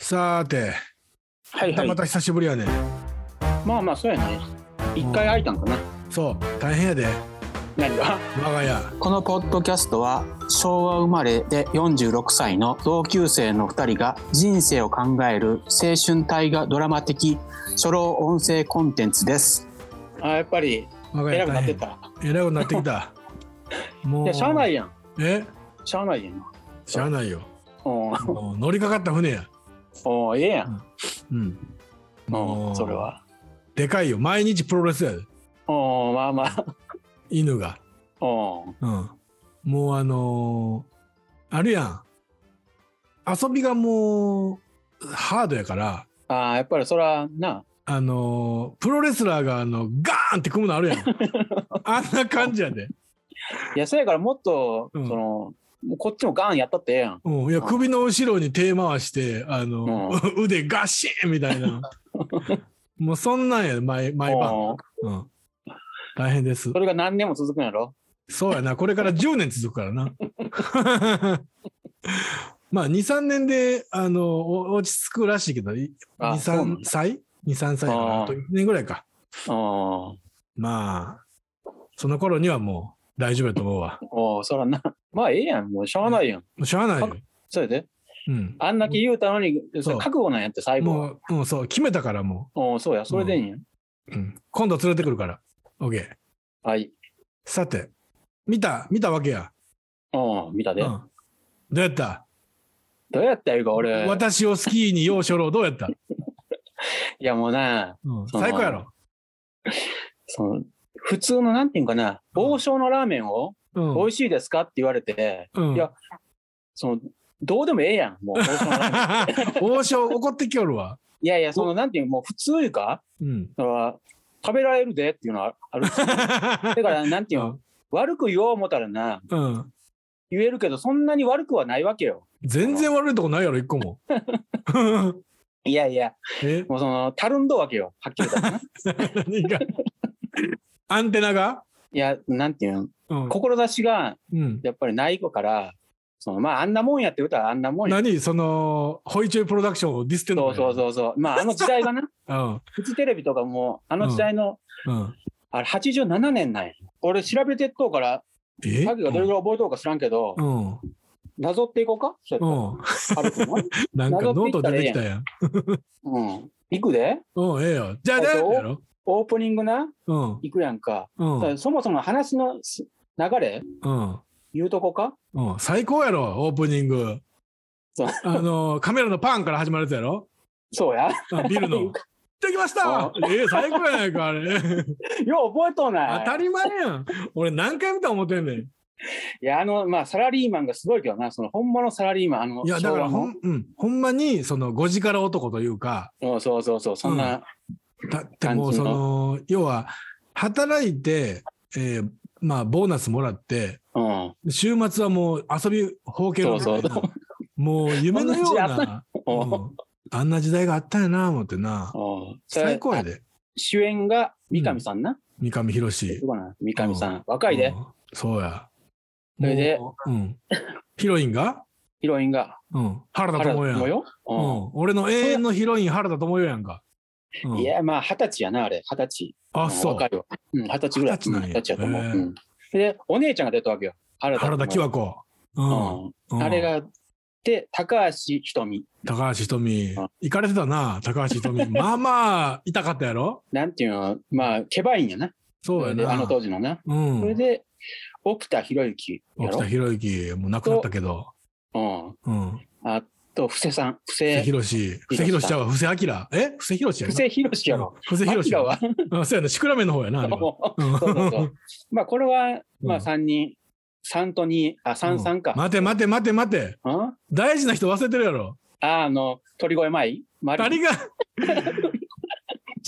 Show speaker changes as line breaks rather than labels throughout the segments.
さーて、
はいはい
ま。た久しぶりやね。
まあまあ、そうやね。一回空いたんかな。
そう、大変やで、
何が
我が家。
このポッドキャストは昭和生まれで46歳の同級生の2人が人生を考える青春大河ドラマ的初老音声コンテンツです。
あやっぱり、
我が家
偉くなってっ
大
た。
変。偉くなってき た。も、
いうや、しゃあないやん。
え
しゃあないやんな。
しゃあないよ。
おー
もう乗りかかった船や。
おー、ええやん。
うん。
おーそれ。は。
でかいよ。毎日プロレスやで、
おーまあまあ。
犬が。
おー
うん。もうあのーあるやん。遊びがもう、ハードやから、
あーやっぱりそら、な。
あのープロレスラーがあのガーンって組むのあ るやん。あんな感じやで。
いや、そやからもっと、
うん
その、もうこっちもガンやったってええやん。
うん、いや首の後ろに手回してあの、 腕ガシーンみたい なもうそんなんや毎毎晩、
おー
うん、大変です
それが何年も続くんやろ。
そうやなこれから10年続くからな まあ23年であのお落ち着くらしいけどい
あそうなん
23歳23歳か
あー
なあと1年ぐらいか
おー
まあその頃にはもう大丈夫やと思うわ
おーそらな。まあええやん。もうしゃあないやん。
もうしゃあないよ、
それで。
うん、
あんだけ言うたのに、それ覚悟なんやって、最後
も
は。
う、うん、そう決めたからも
おーそうや。それでいいんや。
う、うん、今度連れてくるから OK
はい。
さて、見た、見たわけや。
おー見た
う
で。
ん、どうやった、
どうやったらいいか、俺。
私をスキーに要所ろう、どうやった、
いやもうな、
うん、
そう
最高やろ。
その普通のなんていうんかな、王将のラーメンを
うん
美味しいですかって言われて、
うん
いやそのどうでもええやん、もう王将のラ ーメ ン。
王将怒ってきよるわ。
いやいや、そのなんていうもう普通いうか、
うん。
だから食べられるでっていうのはあ るんですよだからなんていうの、悪く言おう思ったらな、
うん、
言えるけど、そんなに悪くはないわけよ。
全然悪いとこないやろ、一個も。
いやいや、
え
もうその、たるんどわけよ、はっきり言ったらな。い
何がアンテナが、
や、なんていうの、
うん
志が
うん、
やっぱりない子から、そのまあ、あんなもんやって言うたらあんなもんや。
何そのホイチョイプロダクションをディスってん
そ
の
うそう
う
そうそう。まあ、あの時代 がな、
そ
フジテレビとかも、あの時代の、
うん。うん、
あれ、87年なんや。俺、調べてっとうから、
え
タケがどれぐらい覚えとうか知らんけど
う、ん、うん。
なぞっていこうかそうやったら。軽くな
なんかノート出てきたやん。
うん。行くで
うん、ええよ。じゃあ、じゃあ、やろ。
オープニングな
うん、
行くやんか。
うん。
だからそもそも話のす流れ
うん、
言うとこか
うん、最高やろオープニング
そう
あのカメラのパンから始まるやつやろ
そうや。
あビルのできました
あ
えー、最高やないかあれ
よう覚えとうな
当た
い。
り前やん俺何回見た思ってんねんい
いや、あの、まあ、サラリーマンがすごいけどな、その本物サラリーマン、あの、
やだから
昭和
ほ
の
ん,、うん、ほんまにその5時から男というか
うんそうそうそう、そんな、
だってもう
感じ
そ
の
の要は働いて、えーまあボーナスもらって
うん。
週末はもう遊びほうけるみたいな
そうそう
もう夢のよう
こんな時代あった
な、うん、あんな時代があったんやな思ってな
うんそれ
最高やで
主演が三上さんな。
三上博史
どこな三上さ。
うん
若いで
う。んそうや。
それで
もう、うん、ヒロインが、
ヒロインが
うん、原田知
原田
世やん、
知
うん
世うん
俺の永遠のヒロイン原田知世やんか。うん
いや、まあ、二十歳やな、あれ。二十歳。
あ、
うん
そう
若。いわ。うん、二十歳ぐらい。
二十歳なんや
うん歳やと思う。
へえ
うんで、お姉ちゃんが出たわけよ。原
原田
知
喜
世
和子。う
うんん
うん
あれが、で、高橋ひとみ。
高橋ひとみ
うん、
行かれてたな、高橋ひと み。まあまあ、痛かったやろ
なんていうの、まあ、ケバいんやな。
そうや
で
な。
あの当時のな。
うん。
それで、沖田博之や
沖
ろ
田。博之、もう亡くなったけど。
うん。
うん。
あと、布施さん。
布
布
施
施、
博士。布施博士ちゃうわ、布施明。え布施博士や
布
な。
施博士やろ。
布施博士
明は。
うんそうやな、シクラメンの方やな。あれはうん
そうそうそう。まあ、これは、ま
う
あ、
ん
3人、3と2、あ、3、3か。
待て待て待て待て。
うんあ
大事な人忘れてるやろ。
あの、鳥越舞マ
誰が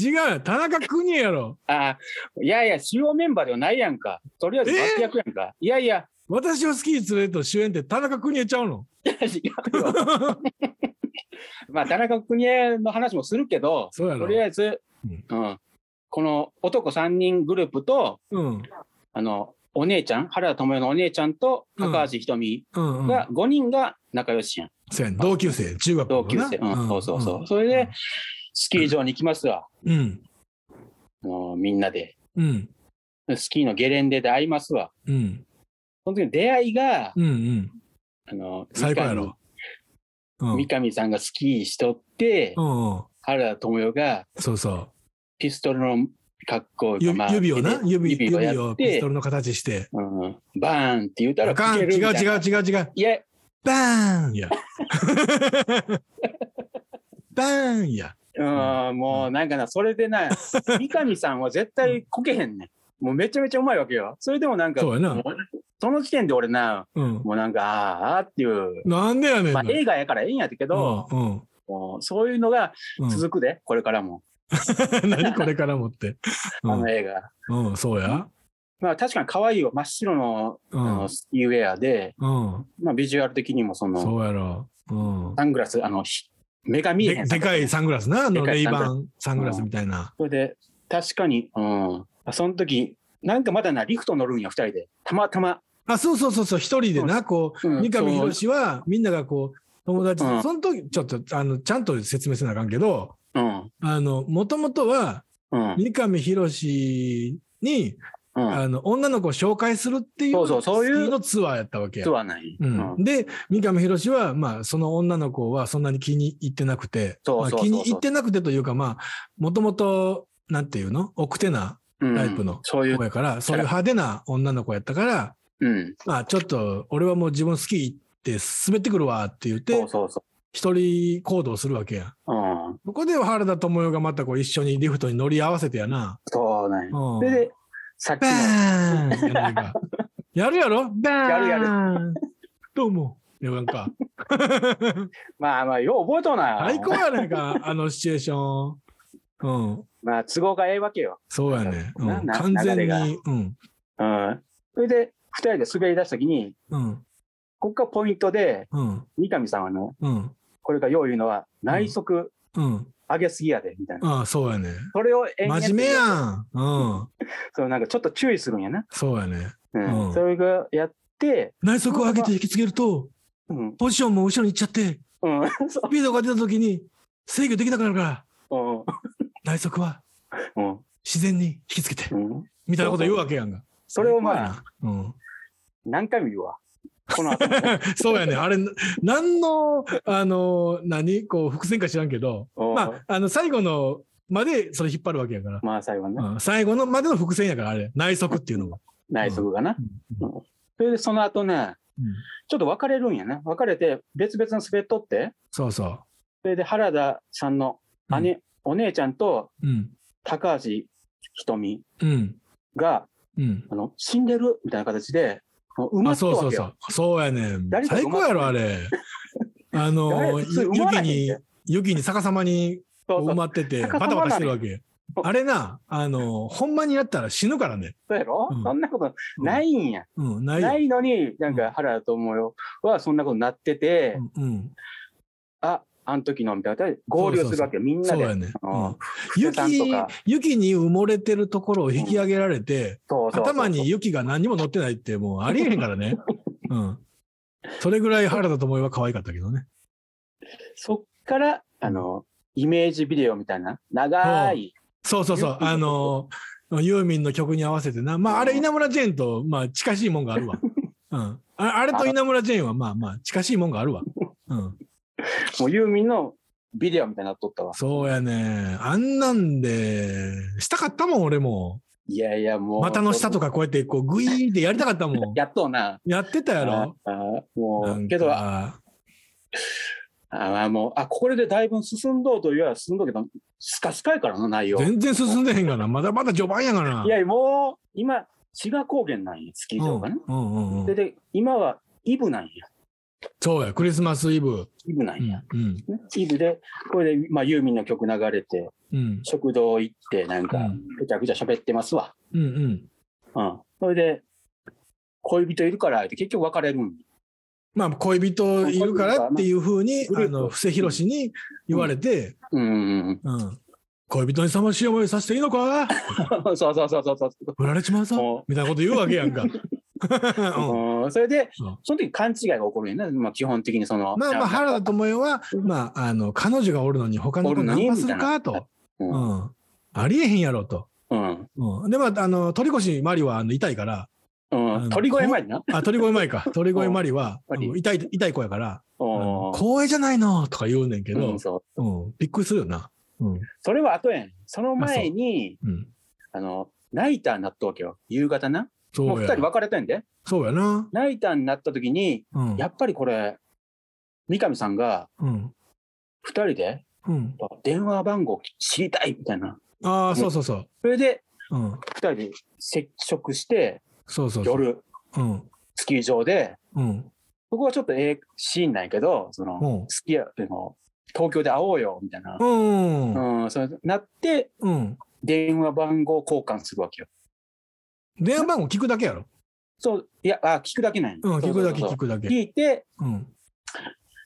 違う、田中邦衛やろ。
あいやいや、主要メンバーではないやんか。とりあえず脇役やんか。いやいや、
私を好きに連れると主演って田中邦衛ちゃうの。
違うよ。まあ、田中邦衛の話もするけど、
そうやろ。
とりあえず、
うん
うん、この男3人グループと、
うん。
あの、お姉ちゃん、原田知世のお姉ちゃんと、
うん
高橋ひとみ
うん、うん。
が、5人が仲良しやん。
そうやん同級生、中学校
同級生、うんそうそうそう、それでスキー場に行きますわ、
うん。うん。
あのみんなで
うん。
スキーのゲレンデで会いますわ
うん。
その時の出会いが、
うん。うん。
あの
最高やろ。うん。う
三
ん
上さんがスキーしとって、
うん。
原田智代が
そうそう。
ピストルの格好
ゆ
まあ
指をな、指、
指をや
指を
っ
ピス
て
トルの形して。
うん、バーンって言うたら
あかん、
吹
違う
けるみたいな
違う違う違う。
いや
バーンや。 バーンや。
うん、もうなんかな、それでな、三上さんは絶対こけへんねん。もうめちゃめちゃうまいわけよ。それでもなん か、
そうやな
もうその時点で俺な、
うん。
もうなんか、あーあーっていう、
なんでやねん
ま
な
あ。映画やからええんやけど、
うん
もうそういうのが
うん。うん
続くで、これからも、
何これから持 って。
あの映画。
うん。うん、そうや。
まあ確かに可愛いよ、真っ白の,、
う
あ
ん
の。スキーウェアで、
うん。
まあビジュアル的にもその、
そうやろ。うん。
サングラス、あの、ひ目が見えへ
で
ん。
でかいサングラスな、あの
でか
レ
い
イ
サングラ
バンサングラスみたいな。
それで、確かに、うん。あその時、なんかまだな、リフト乗るんや、二人で。たまたま。
あ、そうそうそうそう、一人でな、こう、
う
三
ん
上
そう
博史は、みんながこう、友達
う
と、
ん
その時、ちょっと、あの、ちゃんと説明せなあかんけど、
うん。
あの、もともとは、
うん。
三上博史に、
うん。
あの、女の子を紹介するっていう、
そうそうそういう
スキーのツアーやったわけや
と。はない。
うん、で三上博史は、まあ、その女の子はそんなに気に入ってなくて
そう
まあ
そうそう
気
そう
に入ってなくてというかまあもともとなんていうの奥手な
うん
タイプの
そうい
子
う。
やからそういう派手な女の子やったから、
うん。
まあ、ちょっと俺はもう自分好き行って滑ってくるわって言っ
そう
て
そうそ
一人行動するわけや
う。うん。
そこで原田知世がまたこう一緒にリフトに乗り合わせてやな
そうなんや。
うん
それで、さっき
バ
の。
ーンやないかやるやろバーン
やるや
どうもやなんか
まあまあ、よう覚えとうな。
最高やないか、あのシチュエーション。うん、
まあ、都合がええわけよ。
そうやね。う、
なんな
完
流れ
全
が
に。うん、
うん。それで、二人で滑り出すときに、
うん、
ここがポイントで、
うん、
三上さんはの、
うん、
これからよう言うのは、内側
うん。
上げすぎやで、みたいな。
ああ、そうやね。
それを延々と
真面目やん。うん、
そのなんかちょっと注意するんやな。
そうやね。
うん
うん
それがやって、
内側を上げて引きつけると、
うん、
ポジションも後ろに行っちゃって、
うん、
スピードが出た時に制御できなくなるから、
うん、
内側は
うん
自然に引きつけて
う、ん。
みたいなこと言うわけやんか。
それをまあ、
あ、うん、
何回も言うわ。この後
そうやね。あれ、何の、あの、何、こう、伏線か知らんけど、
おう
まあ、あの最後のまでそれ引っ張るわけやから、
まあ、最後ね、
うん最後のまでの伏線やからあれ内側っていうのは、
内側がな。
う
うんそれで、その後ね、
うん
ちょっと別れるんやな。別れて、別々の滑っとって、
そうそ
それで原田さんの姉、お姉ちゃんと
ううん
高橋ひとみ
うん
が、
うん
あの死んでるみたいな形で、もう埋ま
あ
った
そうそ
わ
う
け
そ
よ。
うそうやねん
誰かが
最高やろあれあの
誰普通
ゆ
埋まら
雪
へん
に
で
雪に逆さまに
そうそ
埋
う
まってて
逆
バ
さま
タ
なのよ
バタしてるわけあれなあのほんまにやったら死ぬからね、
そうやろ、
うん
そんなことないんや。
うん、ないよ
ないのに、なん
うん
か原田智代はそんなことになってて、
うんうん、
あ、あの時のみたいな、合流するわけよ、みんな
そう
で。
やね、
う
うんん、
伏さんと
雪
か
雪に埋もれてるところを引き上げられて、
そうそうそう
頭に雪が何も乗ってないってもうありえへんから ね。うん。それぐらい原田知世は可愛かったけどね。
そっから、あの、イメージビデオみたいな、長い、
そうそうそう。あのーユーミンの曲に合わせてな。まああれ稲村ジェーンとまあ近しいもんがある わ。うん。ああれと稲村ジェーンはまあまあ近しいもんがあるわ。うん。
もうユーミンのビデオみたいになっとったわ。
そうやね。あんなんで、したかったもん俺も。
いやいや、もう。
股の下と
か。
かこうやってこうグイーってやりたかったもん。
やっとうな。
やってたやろ。
ああも
なん
う、
か
けど、ああもう、あ、これでだいぶ進んどうと言えば進んどうけど、スカスカやからな、内容。
全然進んでへんがな。まだまだ序盤やがな。
いや、もう、今、志賀高原なんや、スキー場がね。
うんうんうんうん
で、で、今はイブなんや。
そうや、クリスマスイブ。
イブなんや。
うん。
ねイブで、これで、まあ、ユーミンの曲流れて、
うん。
食堂行って、なん
う
か
ん、
ぐちゃぐちゃ喋ってますわ。
うん。うん。
うん。それで、恋人いるから、って結局別れるん。
まあ、恋人いるからっていうふうに、
グ
あ
ループ
の、布施博士に言われて、
うん。
うん。恋人にさましい思いさせていいのか
そうそうそうそうそう。
振られちまう
も
ぞ
う
みたいなこと言うわけやんか。うん
うんそれで
そう
その時勘違いが起こるんやな、まあ、基本的にその
まあまあ原田
と
知世は、まあ、あの彼女がおるのに他の子ナンパするかと、
うん
う
うん
ん、ありえへんやろと、
うん
うん、でまああの鳥越マリはあの痛いからうん
鳥越前にな、
あ鳥越マリ か鳥越マリはあ
マリ
の痛い痛い子やから「あの
おー
光栄じゃないの」とか言うねんけ
う
ど
ん、、そう
うん、びっくりするよな、うん
それは後やんその前に
うん、
あのナイターになったわけよ夕方なも
そうう
二
や
人別れたんで
そうやな、
ナイターになった時に
うん
やっぱりこれ三上さんが
うん
二人で
うん、
電話番号知りたいみたいな
ああそうそうそう、
それで
うん、
二人で接触して
そうそうそう、
夜
うん
スキー場で
うん、
ここはちょっとええシーンなんやけどそ
うん
のスキーあの東京で会おうよみたいな
う、ん、うん
うん、そうなって
うん、
電話番号交換するわけよ。
電話番号聞くだけやろ、
そういやあ聞くだけなんや、
うん、聞くだけ
そうそうそ
聞
う
くだけ、
聞いて
うん、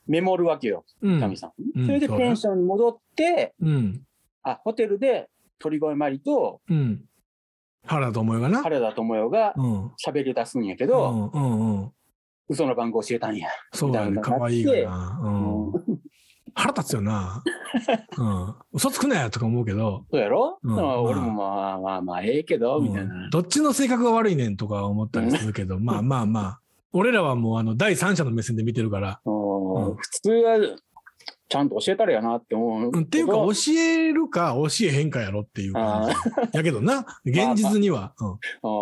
メモるわけよ
うん、
神さん、
うん
それでペンションに戻って、
うん、
あホテルで鳥越まりと
うん、原田知世がな、
原田知世が
うん、
喋り出すんやけ
う
ど、
ん、うん、うん、
嘘の番号教えたんや。
そうやね、
みた
可
いなのがあっ
愛
て
いがな、うん。
うん
腹立つよ な。うん。嘘つくなよとか思うけど、
そうやろ、
うん
まあ
まあ
俺もまあまあまあええけど、みたい
うん
な。
どっちの性格が悪いねんとか思ったりするけど、まあまあまあ、俺らはもうあの第三者の目線で見てるから、
うん
うん
普通はちゃんと教えたらやなって思う。
うん、っていうか
けど
教えるか教えへんかやろっていう感じ。 やけど な、現実には。
う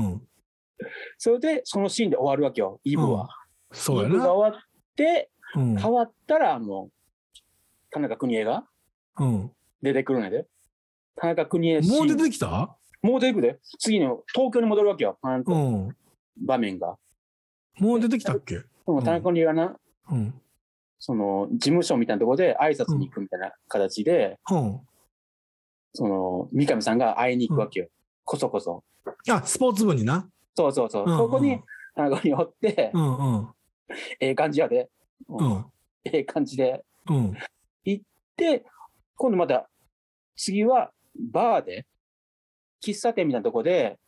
うん。うん。
それでそのシーンで終わるわけよ、イブは。
そうや
イブが
な。
終わって、
うん。
変わったらもう、田中邦衛が
うん。
出てくるんやで。田中邦衛シーン
もう出てきた
もう出てくるで。次の東京に戻るわけよ、パーンと
うん。
場面が。
もう出てきたっけ
でも田中邦衛がな、
うん。
その事務所みたいなところで挨拶に行くみたいな形で、
うん。
その三上さんが会いに行くわけよ、こそこそ。
あ、スポーツ部にな。
そうそうそう、
うんうん
そこに田中におって、
うんうん。
ええ感じやで、
う
うん
ん。
ええ感じで。
うん。
で、今度また、次はバーで、喫茶店みたいなとこで、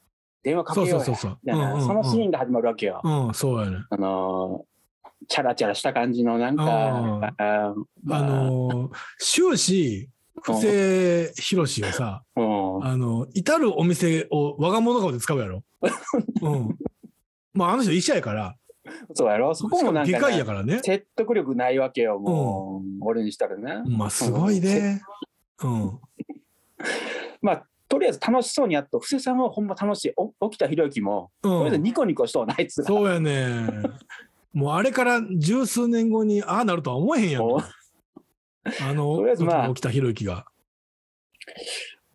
電話かけ
そう
ようや
そうそうそう。
みたいな、そのシーンが始まるわけよ。
ン。うん、そうやね。
あのーチャラチャラした感じの、なんか、あー
あ、のー、終始、布施宏をさ、
うん
あの、至るお店を我が物顔で使うや ろ。うん。まあ、あの人医者やから、
そうやろ、そこもなん
し
か
も外科医
ね、
やからね。
説得力ないわけよ、もう、俺にしたらね。
まあ、すごいね。うん。
まあ、とりあえず楽しそうにやっと、布施さんはほんま楽しい。お沖田博之も、とりあえ
う
ず
ん。
ニコニコしとうな、あいつら。
そうやね。もうあれから十数年後にああなるとは思えへんやん。
も
あの、
とりあえずまあ
沖田博之が。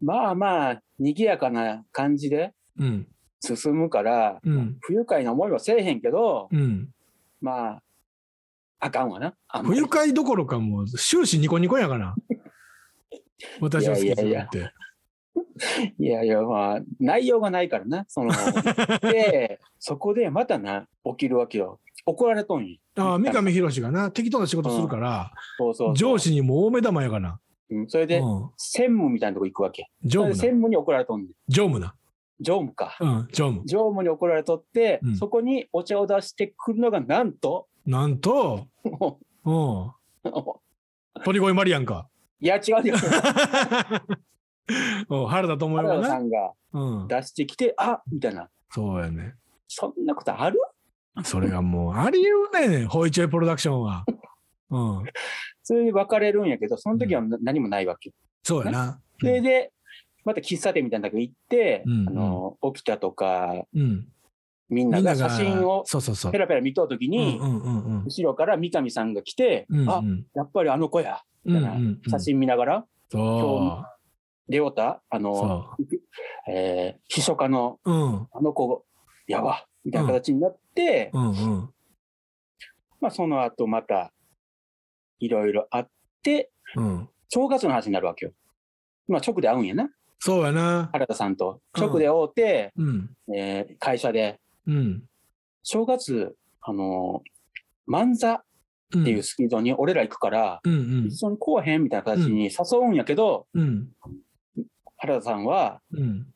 うまあまあ、賑やかな感じで
うん。
進むから、
うん。
不愉快な思いはせえへんけど、
うん。
まあ、あかんわな。あんま
不
り
愉快どころかもう終始ニコニコやから。私は好きじゃなくて。
いやいや、まあ、内容がないからな。その で、そこでまたな、起きるわけよ。怒られとんよ。
ああ、三上博史がな、適当な仕事するから、
そうそうそう
上、司にも大目玉やがな。
うんそれ
う
で、
ん。
専務みたいなとこ行くわけ。
常
それ
務
で専
な。
務に怒られとんねん。
常務な。
常務か。
うん、常務。
常務に怒られとって、
うん
そこにお茶を出してくるのがなんと、
なんと、
も
うん。
うも
鳥越マリアンか。
ういや違うよ。
うん原田知世
原
が
田さ
な。
んが
うん。
出してきて、あみたいな。
そうやね。
そんなことある
それがもう、ありえないねんホイチョイプロダクションは。うん。
それで別れるんやけど、その時はな何もないわけ。
そうやな。
それで、また喫茶店みたいなとこ行って、
うん
あの、沖田とか、
うん。
みんなが写真を
そうそうそう
ペ。ラペラ見とうとき
うん
に、
うんうんうん。
後ろから三上さんが来て、
うんうん
あやっぱりあの子や、みたいな
うんうんうん
写真見ながら、
そ
レオタ、あ
う。
の、
そ
えー秘書課の
う。うん。
あの子、やば、みたいな形になって、
うんうん。
まあ、その後また、いろいろあって、
うん。
正月の話になるわけよ。まあ、直で会うんやな、
そうやな。
原田さんと。
うん
直で会うて、
うん。
えー会社で、
うん。
正月、あのー、万座っていうスキー場に俺ら行くから、
うんうん
一緒に来おへんみたいな形に誘うんやけど、
うん
原田さんは、
うん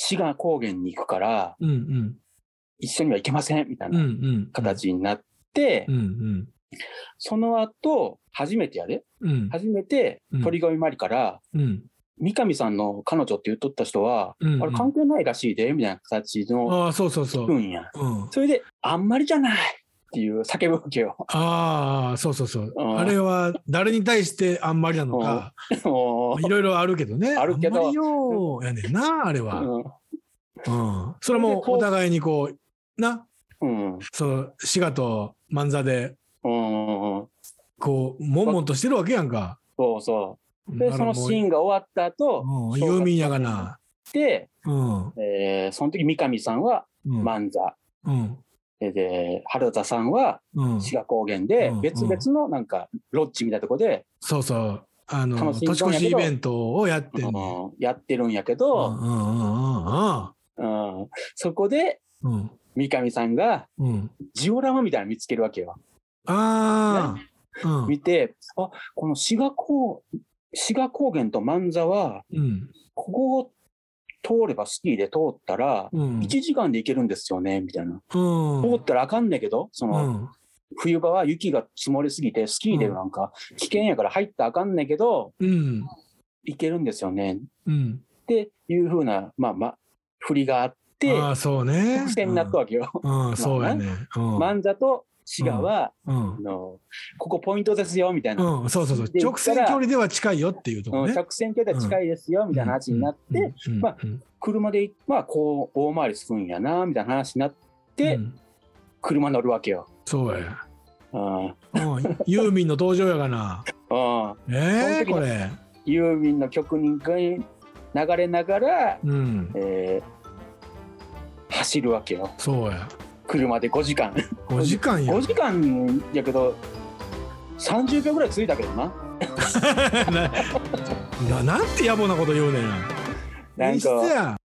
志賀高原に行くから、
うんうん
一緒にはいけませんみたい
うんう。
なん形になって、
うん
その後、初めてやで、
うん。うん
初めて
うん
鳥神マリから、
うん。
三上さんの彼女って言っとった人は、
うんうん
あれ関係ないらしいで、みたいな形の
ああ、そうそうそ
聞
う。
く
うん。
んや。
あ
それで、あんまりじゃないっていう叫ぶわけよ。
あ、そうそうそう。
うん
あれは誰に対してあんまりなのか、
もう
いろいろあるけどね。
あるけど
んまりようやねんな、あれは。うん。それはもうお互いにこう、な、
うん。うん。
そう、滋賀と万座で、
うん。
こう、悶々としてるわけやんか。
そうそう。で、
な
そ
らも
の
う
シーンが終わった後、
うん、有名やがな。
で、
うん。うん。
えーその時三上さんは万座、
うん。
で、原田さんは
うん。
志賀高原で
うんうん、
別々のなんか、ロッジみたいなとこで、
そうそう。あの、
楽しんだんや
年
けど
越しイベントをやってんねん
うんやってるんやけ
うん
ど、
うんうんうん
うんそこで
うん。
三上さんが
うん。うん。
ジオラマみたいなの見つけるわけよ。
ああ。うん
見て、あ、この志賀高、志賀高原と万座は、
うん。
ここを通ればスキーで通ったら、
うん。
1時間で行けるんですよね、みたいな。
うん。
通ったらあかんねんけど、そうの、
ん。
冬場は雪が積もりすぎて、スキーでなんか危険やから入ったらあかんねんけど、
うん。
行けるんですよねっ
うん。
ていうふうな、まあまあ、振りがあって、
ああ、そうね。
伏線になったわけよ。
うん、うんそうやね。うん。
万座と滋賀は、
うん
あ。のここポイントですよみたいな、
うん、そうそうそう。直線距離では近いよっていうとこ
うん
ね。
着線距離が近いですよみたいな話になって、
うん、うん
まあ、車で、まあ、こう大回りするんやなみたいな話になって、
うん
車乗るわけよ。
そうや。
うんうん
うん、ユーミンの登場やがな。ええ
その時の
これ。
ユーミンの曲に流れながら、
うん、
えー走るわけよ
そうや。
車で5時間
5時間や。
5時間やけど30秒ぐらいついたけどな
なななんて野暮なこと言うねん。
なん
演出
か
や。